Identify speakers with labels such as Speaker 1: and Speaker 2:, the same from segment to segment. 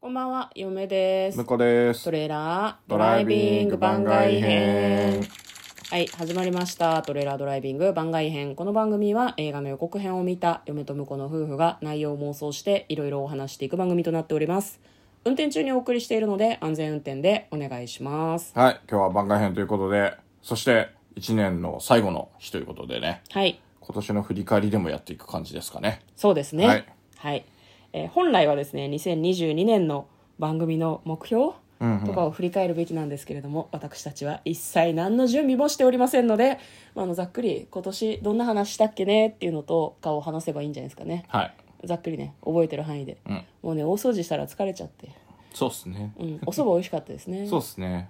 Speaker 1: こんばんは、嫁です
Speaker 2: 向。こうです
Speaker 1: トレーラード
Speaker 2: ド
Speaker 1: ラ
Speaker 2: ラ
Speaker 1: イ
Speaker 2: イ
Speaker 1: ビ
Speaker 2: ビ
Speaker 1: ン
Speaker 2: ン
Speaker 1: グ
Speaker 2: グ
Speaker 1: 番
Speaker 2: 番
Speaker 1: 外編
Speaker 2: 外編。
Speaker 1: はい、始まりました。トレーラードライビング番外編。この番組は映画の予告編を見た嫁と婿の夫婦が内容を妄想していろいろお話していく番組となっております。運転中にお送りしているので安全運転でお願いします。
Speaker 2: はい今日は番外編ということでそして1年の最後の日ということでね
Speaker 1: はい、
Speaker 2: 今年の振り返りでもやっていく感じですかね
Speaker 1: そうですね。は
Speaker 2: はいい。
Speaker 1: えー本来はですね、2022年の番組の目標とかを振り返るべきなんですけれども、私たちは一切何の準備もしておりませんので、まあ、あのざっくり今年どんな話したっけねっていうのとかを話せばいいんじゃないですかね。
Speaker 2: はい
Speaker 1: ざっくりね、覚えてる範囲で。
Speaker 2: うん
Speaker 1: もうね、大掃除したら疲れちゃって。
Speaker 2: そうっすね、
Speaker 1: うん、お蕎麦美味しかったですね。
Speaker 2: そうっすね、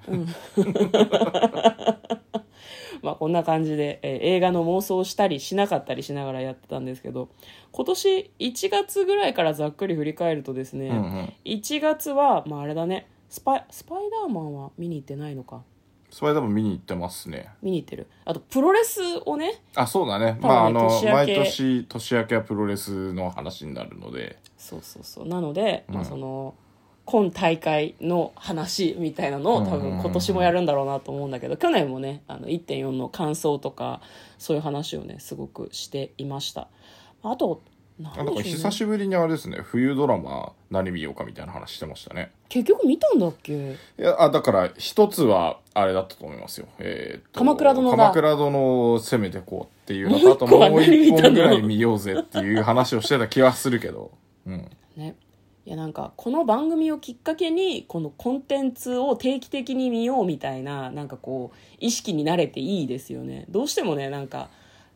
Speaker 1: まあこんな感じで、えー映画の妄想をしたりしなかったりしながらやってたんですけど、今年1月ぐらいからざっくり振り返るとですね、
Speaker 2: うんうん
Speaker 1: 1月は、まあ、あれだねスパイスパイダーマンは見に行ってないのか
Speaker 2: それでも見に行ってますね
Speaker 1: 見に行ってるあとプロレスをね
Speaker 2: あそうだね
Speaker 1: 多分ね
Speaker 2: まああの
Speaker 1: 年明け
Speaker 2: 毎年年明けはプロレスの話になるので
Speaker 1: そうそうそうなので、ま
Speaker 2: う
Speaker 1: あ、
Speaker 2: ん
Speaker 1: その今大会の話みたいなのを多
Speaker 2: うんうんうん
Speaker 1: 分
Speaker 2: うん
Speaker 1: 今年もやるんだろうなと思うんだけど、去年もねあの1.4の感想とかそういう話をねすごくしていましたあとなん
Speaker 2: あ
Speaker 1: でしょ
Speaker 2: だ
Speaker 1: う、
Speaker 2: か
Speaker 1: ね
Speaker 2: ら、久しぶりにあれですね冬ドラマ何見ようかみたいな話してましたね
Speaker 1: 結局見たんだっけ
Speaker 2: いやあだから一つはあれだったと思いますよ、えーっと
Speaker 1: 鎌倉殿だ
Speaker 2: 鎌倉殿を攻めてこうっていうのとあと
Speaker 1: もう一個は
Speaker 2: もう一
Speaker 1: 何見たの
Speaker 2: 本ぐらい見ようぜっていう話をしてた気はするけど、うん、
Speaker 1: ねいやなんかこの番組をきっかけにこのコンテンツを定期的に見ようみたいななんかこう意識になれていいですよねどうしてもねなんか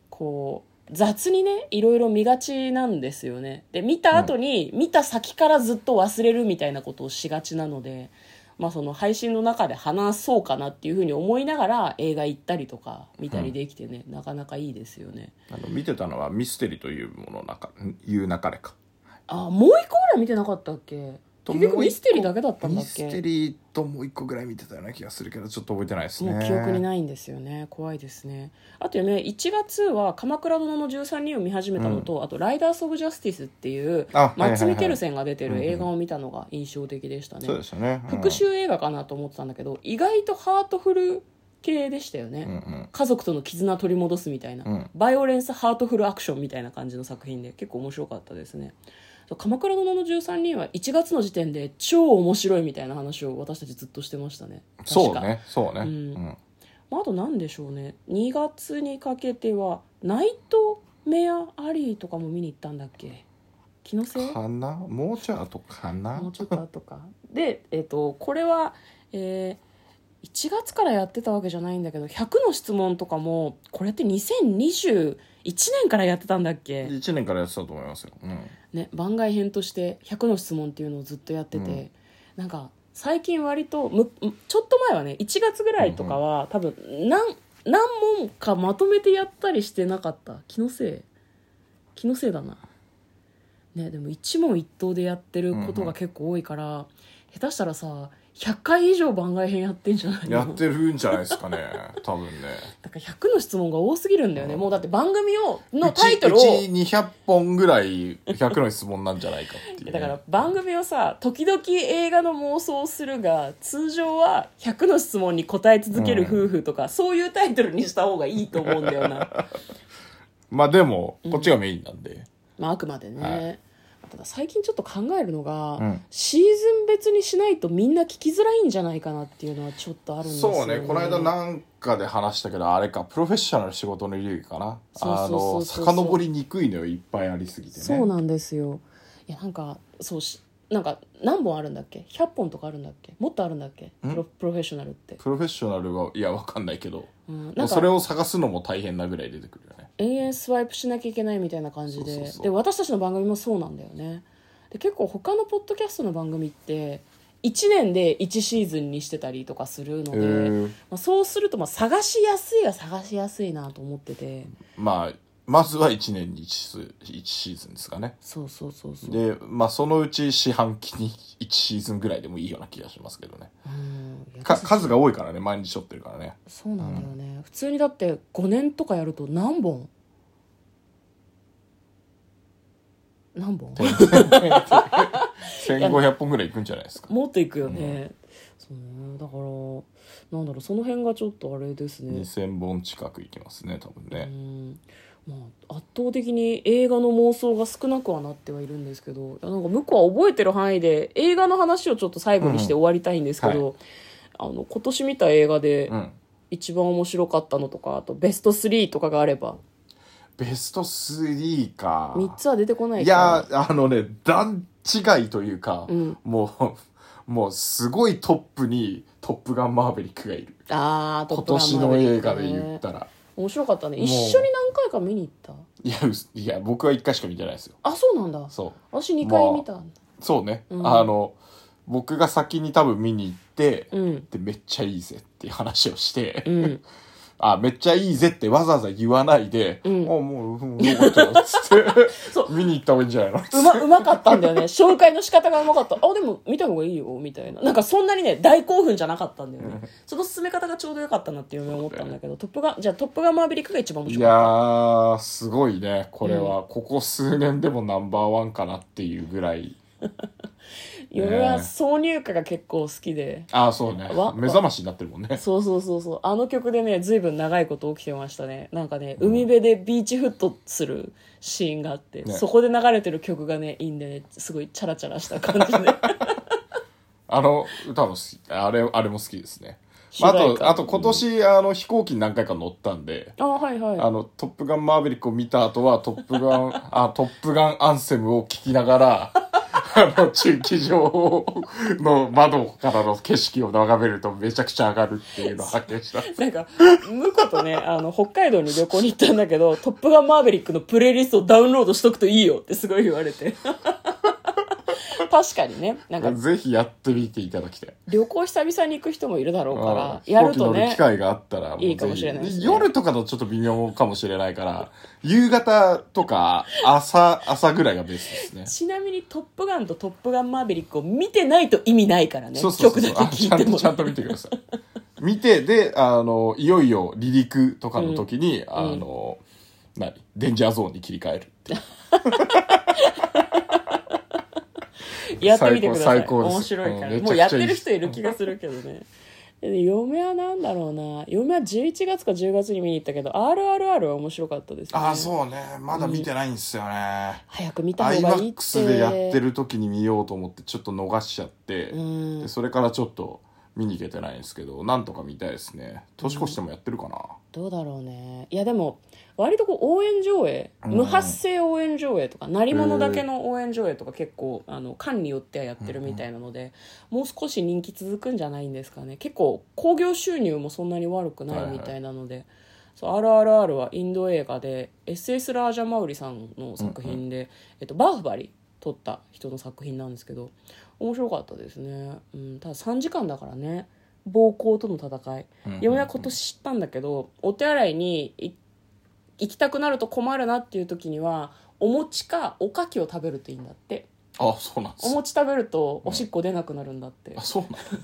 Speaker 1: こう雑にねいろいろ見がちなんですよねで見た後に、見た先からずっと忘れるみたいなことをしがちなのでまあその配信の中で話そうかなっていうふうに思いながら映画行ったりとか見たりできてね、なかなかいいですよね
Speaker 2: あの見てたのはミステリーというものの中いう流れか
Speaker 1: あもう一個ぐらい見てなかったっけ結局ミステリーだけだったんだっけ
Speaker 2: ミステリーともう一個ぐらい見てたような気がするけどちょっと覚えてないですね
Speaker 1: もう記憶にないんですよね怖いですねあとね1月は「鎌倉殿の13人」を見始めたのと、あと「ライダース・オブ・ジャスティス」っていう
Speaker 2: あはいはいはい
Speaker 1: マッツ・ミケルセンが出てる映画を見たのが印象的でしたね、
Speaker 2: そうでしたね、うん
Speaker 1: 復讐映画かなと思ってたんだけど意外とハートフル系でしたよね、
Speaker 2: うんうん
Speaker 1: 家族との絆取り戻すみたいな、
Speaker 2: うん
Speaker 1: バイオレンスハートフルアクションみたいな感じの作品で結構面白かったですね「そう鎌倉殿の13人」は1月の時点で超面白いみたいな話を私たちずっとしてましたね確か
Speaker 2: そうねそうね、
Speaker 1: う
Speaker 2: うんん
Speaker 1: まあ、あと何でしょうね2月にかけては「ナイトメアアリー」とかも見に行ったんだっけ気のせい
Speaker 2: かなもうちょっとかな
Speaker 1: もうちょっと後かで、えっとこれは、えー1月からやってたわけじゃないんだけど100の質問とかもこれって2021年からやってたんだっけ、
Speaker 2: 1年からやってたと思いますよ、うん
Speaker 1: ね、番外編として100の質問っていうのをずっとやってて、
Speaker 2: うん
Speaker 1: なんか最近割とむむちょっと前はね1月ぐらいとかは、多分何何問かまとめてやったりしてなかった気のせい気のせいだなねでも一問一答でやってること
Speaker 2: うんう
Speaker 1: が
Speaker 2: ん
Speaker 1: 結構多いから、下手したらさ100回以上番外編やってんじゃないの
Speaker 2: やってるんじゃないですかね多分ね
Speaker 1: だから100の質問が多すぎるんだよね、
Speaker 2: うん
Speaker 1: もうだって番組をのタイトルを
Speaker 2: うちうち200本ぐらい100の質問なんじゃないかっていうね、
Speaker 1: だから番組をさ時々映画の妄想をするが通常は100の質問に答え続ける夫婦とか、そういうタイトルにした方がいいと思うんだよ な、
Speaker 2: まあでもこっちがメインなんで、
Speaker 1: まあ、あくまでね、
Speaker 2: は
Speaker 1: ただ最近ちょっと考えるのが、
Speaker 2: うん
Speaker 1: シーズン別にしないとみんな聞きづらいんじゃないかなっていうのはちょっとあるんですよね
Speaker 2: そうねこの間なんかで話したけどあれかプロフェッショナル仕事の流儀かな
Speaker 1: そうそうそ
Speaker 2: あ
Speaker 1: う
Speaker 2: の
Speaker 1: そう
Speaker 2: 遡りにくいのよいっぱいありすぎてね
Speaker 1: そうなんですよいやなんかそうしなんか何本あるんだっけ100本とかあるんだっけもっとあるんだっけプロプロフェッショナルって、
Speaker 2: プロフェッショナルはいやわかんないけど
Speaker 1: うん、なんか
Speaker 2: それを探すのも大変なぐらい出てくるよね
Speaker 1: 延々スワイプしなきゃいけないみたいな感じで
Speaker 2: そうそうそう
Speaker 1: で私たちの番組もそうなんだよねで結構他のポッドキャストの番組って1年で1シーズンにしてたりとかするの
Speaker 2: へ
Speaker 1: で、
Speaker 2: ー
Speaker 1: まあ、そうするとまあ探しやすいは探しやすいなと思ってて
Speaker 2: まあまずは1年に 1, シーズンですかね
Speaker 1: そうそうそうそう
Speaker 2: でまあそのうち四半期に1シーズンぐらいでもいいような気がしますけどね
Speaker 1: うんいや
Speaker 2: か数が多いからね毎日撮ってるからね
Speaker 1: そうなんだよね、普通にだって5年とかやると何本何本
Speaker 2: 1500本ぐらいいくんじゃないですか。
Speaker 1: もっといくよね、そうねだからなんだろうその辺がちょっとあれですね
Speaker 2: 2000本近くいきますね、多分
Speaker 1: う
Speaker 2: ね。
Speaker 1: んまあ、圧倒的に映画の妄想が少なくはなってはいるんですけどいやなんか向こうは覚えてる範囲で映画の話をちょっと最後にして終わりたいんですけど、
Speaker 2: うん
Speaker 1: あの今年見た映画で
Speaker 2: うん。
Speaker 1: 一番面白かったのとかあとベスト3とかがあれば
Speaker 2: ベスト3か。
Speaker 1: 3つは出てこない
Speaker 2: い
Speaker 1: か
Speaker 2: やーあのね段違いというか、
Speaker 1: うん
Speaker 2: もうもうすごいトップに「トップガンマーヴェリック」がいる
Speaker 1: あートッ
Speaker 2: 今
Speaker 1: プガン
Speaker 2: 年
Speaker 1: マ
Speaker 2: の
Speaker 1: ーヴェリ
Speaker 2: 映
Speaker 1: ック
Speaker 2: 画
Speaker 1: ね
Speaker 2: で言ったら、
Speaker 1: 面白かったね
Speaker 2: もう
Speaker 1: 一緒に何回か見に行った
Speaker 2: いやうすいや僕は1回しか見てないですよ
Speaker 1: あそうなんだ
Speaker 2: そ
Speaker 1: 私2回見た、
Speaker 2: うそうね、
Speaker 1: うん
Speaker 2: あの僕が先に多分見に行って、
Speaker 1: うん
Speaker 2: でめっちゃいいぜっていう話をして、
Speaker 1: うん
Speaker 2: あめっちゃいいぜってわざわざ言わないで、
Speaker 1: うん
Speaker 2: あもう、うん、よかったよっつって
Speaker 1: そう
Speaker 2: 見に行った方がいいんじゃないの
Speaker 1: うま、うまかったんだよ ね。紹介の仕方がうまかった。あ、でも見た方がいいよ、みたいな。なんかそんなにね、大興奮じゃなかったんだよね。その進め方がちょうどよかったなっていうふうに思ったんだけど、トップガン、じゃあトップガンマーヴェリックが一番面
Speaker 2: い
Speaker 1: 白
Speaker 2: や
Speaker 1: かっ
Speaker 2: ー、すごいね。これは、ここ数年でもナンバーワンかなっていうぐらい。
Speaker 1: た。夜は挿入歌が結構好きで。
Speaker 2: ああ、そうね
Speaker 1: わ。
Speaker 2: 目覚ましになってるもんね。
Speaker 1: そうそうそうそう。あの曲でね、ずいぶん長いこと起きてましたね。なんかね、海辺でビーチフットするシーンがあって、
Speaker 2: ね
Speaker 1: そこで流れてる曲がね、いいんでね、すごいチャラチャラした感じ で。
Speaker 2: あの歌も好き。あれ、あれも好きですね。
Speaker 1: 主
Speaker 2: まあ、
Speaker 1: 題歌
Speaker 2: あと、あと今年、あの、飛行機に何回か乗ったんで、
Speaker 1: あ、はいはい。
Speaker 2: あの、トップガンマーヴェリックを見た後は、トップガン、あ、トップガンアンセムを聞きながら、あの、駐機場の窓からの景色を眺めるとめちゃくちゃ上がるっていうのを発見した。
Speaker 1: なんか、向こうとね、 あの、北海道に旅行に行ったんだけど、トップガンマーヴェリックのプレイリストをダウンロードしとくといいよってすごい言われて。 確かにね、なんか、
Speaker 2: ぜひやってみていただきたい。
Speaker 1: 旅行久々に行く人もいるだろうから
Speaker 2: あ、ー
Speaker 1: やると
Speaker 2: 飛行機乗
Speaker 1: ね
Speaker 2: 機、会があったらもうぜひ
Speaker 1: いいかもしれないですね
Speaker 2: 夜とかだとちょっと微妙かもしれないから夕方とか朝朝ぐらいがベースですね
Speaker 1: ちなみにトップガンとトップガンマーヴェリックを見てないと意味ないからね、
Speaker 2: そうそうそう
Speaker 1: 曲だ
Speaker 2: あ
Speaker 1: け
Speaker 2: ち
Speaker 1: 聴い
Speaker 2: ゃ
Speaker 1: て
Speaker 2: んと
Speaker 1: も。
Speaker 2: ちゃんと見てください見てであのいよいよ離陸とかの時に、あの何デンジャーゾーンに切り替えるっていう
Speaker 1: やってみてください。
Speaker 2: 最高
Speaker 1: 面
Speaker 2: 最高
Speaker 1: 白
Speaker 2: です
Speaker 1: いから。
Speaker 2: うん
Speaker 1: もうやって
Speaker 2: めち
Speaker 1: る
Speaker 2: ゃくち
Speaker 1: 人
Speaker 2: ゃい
Speaker 1: い
Speaker 2: いです
Speaker 1: る気がするけどね。で嫁はなんだろうな。嫁は11月か10月に見に行ったけど、RRR は面白かったですね。
Speaker 2: ああそうねまだ見てないんですよね、
Speaker 1: 早く見た
Speaker 2: ア
Speaker 1: 方
Speaker 2: イ
Speaker 1: が
Speaker 2: マ
Speaker 1: いいっ
Speaker 2: ッ
Speaker 1: て
Speaker 2: クスでやってる時に見ようと思ってちょっと逃しちゃって、
Speaker 1: うん
Speaker 2: でそれからちょっと見に行けてないんですけどなんとか見たいですね年越してもやってるかな、
Speaker 1: どうだろうねいやでも割とこう応援上映
Speaker 2: うん
Speaker 1: 無発声応援上映とか鳴り物だけの応援上映とか結構あの館によってはやってるみたいなので、もう少し人気続くんじゃないんですかね結構興行収入もそんなに悪くないみたいなので。そう RRR はインド映画で SS ラージャ・マウリさんの作品で、えっと、バーフバリ撮った人の作品なんですけど面白かったですね、うん、ただ3時間だからね暴行との戦い
Speaker 2: うんうんうん
Speaker 1: 嫁は今年知ったんだけどお手洗いにい行きたくなると困るなっていう時にはお餅かおかきを食べるといいんだって
Speaker 2: あそうなんで
Speaker 1: お
Speaker 2: す
Speaker 1: 餅食べるとおしっこ出なくなるんだって、
Speaker 2: あそ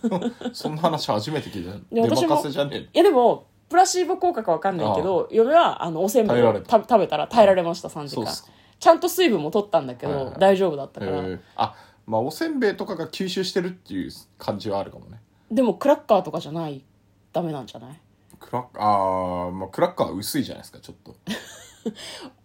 Speaker 2: うなんだ そんな話初めて聞いた
Speaker 1: で
Speaker 2: 出
Speaker 1: 私も
Speaker 2: 任せじゃね
Speaker 1: いやでもプラシーボ効果かわかんないけど嫁はあのおせんべい
Speaker 2: 耐えら
Speaker 1: を
Speaker 2: れ
Speaker 1: た
Speaker 2: た
Speaker 1: 食べたら耐えられました3
Speaker 2: え
Speaker 1: 時
Speaker 2: そうっ
Speaker 1: 間
Speaker 2: すか
Speaker 1: ちゃんと水分も取ったんだけど、
Speaker 2: はいはい
Speaker 1: 大丈夫だった
Speaker 2: え
Speaker 1: から、
Speaker 2: ー、あまあおせんべいとかが吸収してるっていう感じはあるかもね
Speaker 1: でもクラッカーとかじゃないダメなんじゃない
Speaker 2: クラッカーあー、まあ、クラッカーは薄いじゃないですかちょっと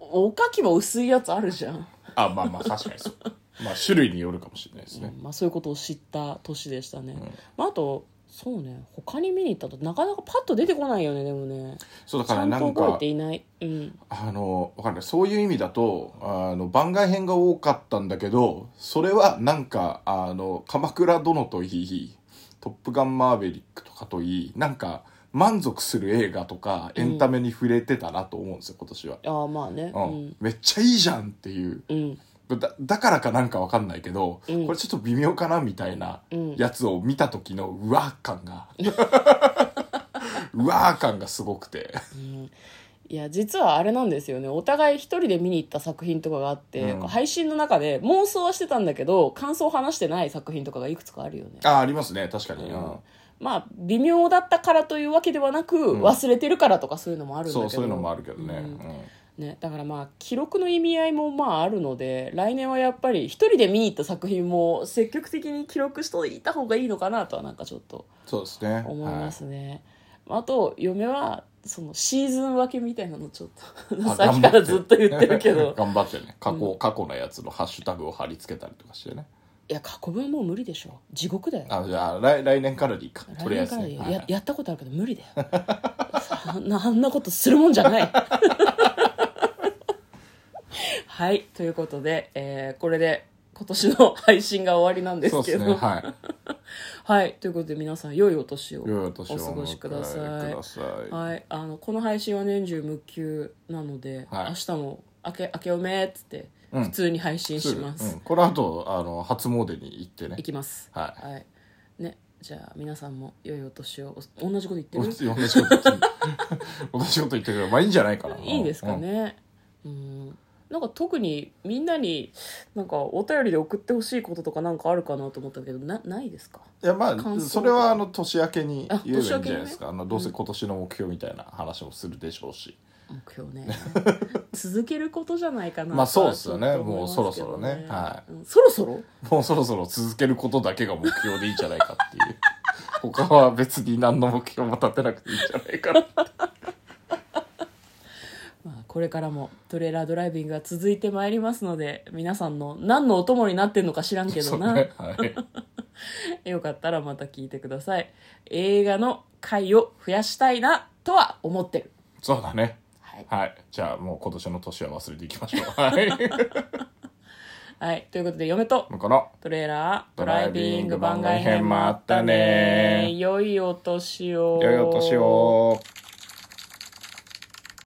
Speaker 1: おかきも薄いやつあるじゃん、
Speaker 2: あまあまあ確かにそう まあ種類によるかもしれないですね、
Speaker 1: うんまあ、そういうことを知った年でしたね、まあ、あとそうね他に見に行ったとなかなかパッと出てこないよねでもね
Speaker 2: そうだ
Speaker 1: ち
Speaker 2: か
Speaker 1: ゃ
Speaker 2: ら
Speaker 1: ん
Speaker 2: な
Speaker 1: と
Speaker 2: ん
Speaker 1: 覚え
Speaker 2: か
Speaker 1: ていないうん
Speaker 2: あのわかんないそういう意味だとあの番外編が多かったんだけどそれはなんかあの「鎌倉殿」といい「トップガンマーヴェリック」とかといいなんか満足する映画とかエンタメに触れてたなと思うんですよ、今年は、
Speaker 1: ああまあねう
Speaker 2: うん
Speaker 1: ん
Speaker 2: めっちゃいいじゃんっていう
Speaker 1: うん
Speaker 2: だだからかなんかわかんないけど、
Speaker 1: うん
Speaker 2: これちょっと微妙かなみたいな
Speaker 1: うん
Speaker 2: やつを見た時のうわー 感がうわー感がすごくて
Speaker 1: うんいや実はあれなんですよねお互い一人で見に行った作品とかがあって、
Speaker 2: うん
Speaker 1: 配信の中で妄想はしてたんだけど感想を話してない作品とかがいくつかあるよね
Speaker 2: ああありますね確かに、
Speaker 1: うん
Speaker 2: うん
Speaker 1: まあ微妙だったからというわけではなく、
Speaker 2: ん
Speaker 1: 忘れてるからとかそういうのもあるんだけど
Speaker 2: そうそういうのもあるけどね、
Speaker 1: うん
Speaker 2: うん
Speaker 1: ね、だからまあ記録の意味合いもまああるので来年はやっぱり一人で見に行った作品も積極的に記録しといた方がいいのかなとはなんかちょっと
Speaker 2: そうですね
Speaker 1: 思います
Speaker 2: は
Speaker 1: ね、あと嫁はそのシーズン分けみたいなのちょっと
Speaker 2: あ
Speaker 1: さっきからずっと言ってるけ ど
Speaker 2: 頑張ってね過去、
Speaker 1: うん
Speaker 2: 過去のやつのハッシュタグを貼り付けたりとかしてね
Speaker 1: いや過去分もう無理でしょ地獄だよ
Speaker 2: あじゃあ来来年からでいいかと
Speaker 1: 来
Speaker 2: りあ
Speaker 1: 年
Speaker 2: えず
Speaker 1: から
Speaker 2: ね、
Speaker 1: や,、
Speaker 2: はいはい
Speaker 1: やったことあるけど無理だよ あんなあんなことするもんじゃない はいということで、えーこれで今年の配信が終わりなんです
Speaker 2: そうで
Speaker 1: け
Speaker 2: す
Speaker 1: ど
Speaker 2: ねはい
Speaker 1: はい、ということで皆さん良いお年を
Speaker 2: 良いお年を
Speaker 1: お過ごしください
Speaker 2: お迎えください
Speaker 1: はい、あのこの配信は年中無休なので、
Speaker 2: はい
Speaker 1: 明日も明け「明けおめ」っつって
Speaker 2: うん
Speaker 1: 普通に配信します、
Speaker 2: うん、この後あの初詣に行ってね
Speaker 1: いきます
Speaker 2: は
Speaker 1: はいねじゃあ皆さんも良いお年をお同じこと言って
Speaker 2: 同
Speaker 1: る
Speaker 2: じ同じこと言ってる同じこと言ってるけどまあいいんじゃないかな。
Speaker 1: いいですかねうん、なんか特にみんなになんかお便りで送ってほしいこととかなんかあるかなと思ったけどなないですか
Speaker 2: うん。いやま
Speaker 1: 感
Speaker 2: あ
Speaker 1: 想
Speaker 2: それはあの年明けに
Speaker 1: あ
Speaker 2: 言えばいいんじゃないです
Speaker 1: 年明けにね
Speaker 2: か。あのどうせ今年の目標みたいな話もするでしょうし。
Speaker 1: 目標 ね続けることじゃないかな
Speaker 2: まあそうっすよね
Speaker 1: ちょっと思いますけど
Speaker 2: もうそろそろねは
Speaker 1: うんそろそろ
Speaker 2: もうそろそろ続けることだけが目標でいいんじゃないかっていう。 他は別に何の目標も立てなくていいんじゃないかな。
Speaker 1: まあ、これからもトレーラードライビングが続いてまいりますので皆さんの何のお供になってんのか知らんけ
Speaker 2: そ
Speaker 1: ど
Speaker 2: う
Speaker 1: な、
Speaker 2: ね。はい。
Speaker 1: よかったらまた聞いてください映画の回を増やしたいなとは思ってる、
Speaker 2: そうだね。
Speaker 1: はい
Speaker 2: はい。じゃあもう今年の年は忘れていきましょ う。はい。
Speaker 1: はい、ということで嫁と
Speaker 2: この
Speaker 1: トレーラード
Speaker 2: ド
Speaker 1: ラ
Speaker 2: ラ
Speaker 1: イ
Speaker 2: イ
Speaker 1: ビ
Speaker 2: ビ
Speaker 1: ン
Speaker 2: ン
Speaker 1: グ
Speaker 2: グ
Speaker 1: 番
Speaker 2: 番
Speaker 1: 外
Speaker 2: 外
Speaker 1: 編
Speaker 2: 編
Speaker 1: も
Speaker 2: も
Speaker 1: あ
Speaker 2: あ
Speaker 1: っ
Speaker 2: ったた
Speaker 1: ね
Speaker 2: ね
Speaker 1: 良いお年を
Speaker 2: 良いお年を。